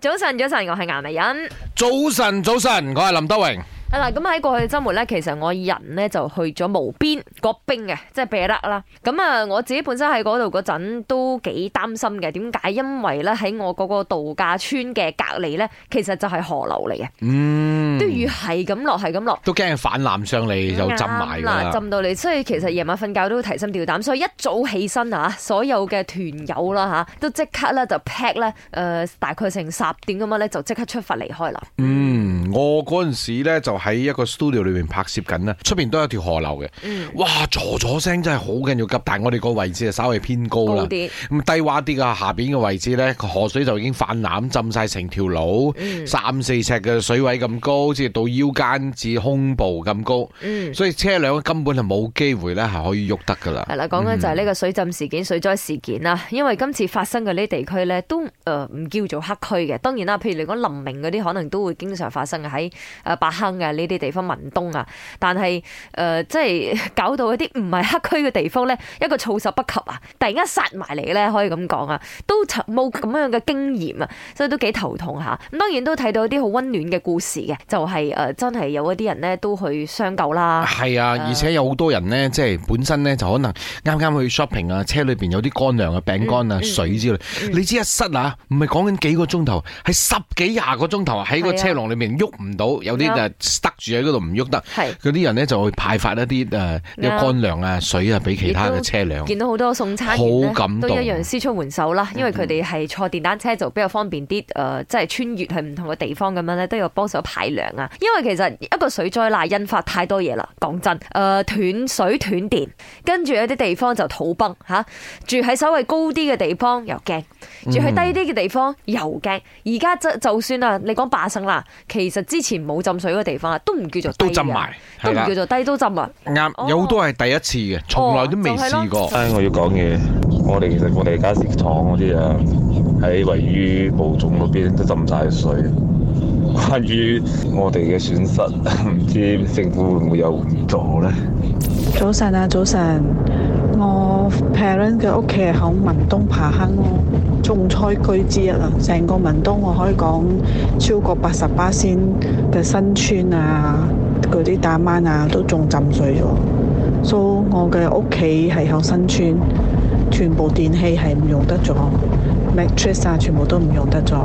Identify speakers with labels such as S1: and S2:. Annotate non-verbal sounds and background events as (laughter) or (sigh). S1: 早晨，早晨，我係顏麗欣。
S2: 早晨，早晨，我係林德榮。
S1: 嗱，咁喺過去周末咧，其實我人咧就去咗無邊國冰嘅，即係避得啦。咁啊，我自己本身喺嗰度嗰陣都幾擔心嘅。點解？因為咧喺我嗰個度假村嘅隔離咧，其實就係河流嚟嘅，
S2: 嗯，
S1: 啲雨係咁落，係咁落。
S2: 都驚佢泛濫上嚟就浸埋
S1: 啱
S2: 㗎啦
S1: 啦，。浸到你，所以其實夜晚瞓覺都提心吊膽，所以一早起身嚇，所有嘅團友啦嚇，都即刻咧就 pack 咧，誒、大概成十點咁樣咧就即刻出發離開啦。
S2: 嗯，我嗰陣時咧就喺一個 studio 裏面拍攝緊啦，出面都有條河流嘅。
S1: 嗯
S2: 哇，嘈嘈聲真係好緊要急，但係我哋個位置就稍微偏高啦，
S1: 高啲
S2: 咁低洼啲㗎。下邊嘅位置咧，個河水就已經泛濫，浸晒成條路，
S1: 嗯
S2: 三四尺嘅水位咁高，好似到腰間至胸部咁高，
S1: 嗯
S2: 所以車輛根本係冇機會咧係可以喐得㗎啦。
S1: 係啦，講緊就係呢個水浸事件、水災事件啦。因為今次發生嘅呢啲地區咧，都誒唔、叫做黑區嘅。當然啦，譬如你講林明嗰啲，可能都會經常發生嘅喺誒白坑嘅呢啲地方、文東啊。但係誒、呃即係 (laughs) 搞到一啲唔係黑區嘅地方咧，一個措手不及啊！突然間殺埋嚟咧，可以咁講啊，都曾冇咁樣嘅經驗啊，所以都幾頭痛下。咁當然都睇到一啲好温暖嘅故事嘅，就係、呃真係有一啲人咧都去相救啦。
S2: 係啊，而且有好多人呢，即係本身呢，就可能啱啱去 shopping 啊，車裏邊有啲乾糧啊、餅
S1: 嗯
S2: 乾啊、水之類。你知一塞啊，唔係講緊幾個鐘頭，係十幾廿個鐘頭
S1: 啊
S2: 喺個車籠裏面喐唔到，有啲
S1: 啱
S2: 就塞住喺嗰度唔喐得。
S1: 係。
S2: 嗰啲人呢，就會派發一啲誒呢個
S1: 啱
S2: 乾糧啊、水啊俾其他嘅車輛。
S1: 見到好多送餐員咧
S2: 好感動嗯
S1: 都一樣施出援手啦，因為佢哋係坐電單車就比較方便啲，誒、呃即係穿越去唔同嘅地方咁樣咧，都有幫手排糧啊。因為其實一個水災啦，引發太多嘢啦，講真，誒、呃斷水斷電，跟住有啲地方就土崩嚇、住喺稍微高啲嘅地方又驚，住喺低啲嘅地方又驚。而家就就算啊，你講霸生啦，其實之前冇浸水嘅地方啊，都唔叫做低
S2: 都
S1: 啊
S2: 浸埋，
S1: 都
S2: 係
S1: 唔
S2: 啦
S1: 叫，做低都浸啊。哦
S2: 啱，有好多係第一次嘅，從來都未
S1: 哦就係咯
S2: 試過。
S3: 唉，我要講嘢。我哋其實我哋家私廠嗰啲啊，喺位於部種嗰邊都浸晒水。關於我哋嘅損失，唔知政府會唔會有援助咧？
S4: 早晨啊，早晨！我 parent 嘅屋企係響文東爬坑咯，種菜區之一啊。成個文東我可以講超過八十巴仙嘅新村啊，嗰啲打灣啊都仲浸水咗。所以我嘅屋企係響新村，全部電器係唔用得咗，mattress 啊全部都唔用得咗。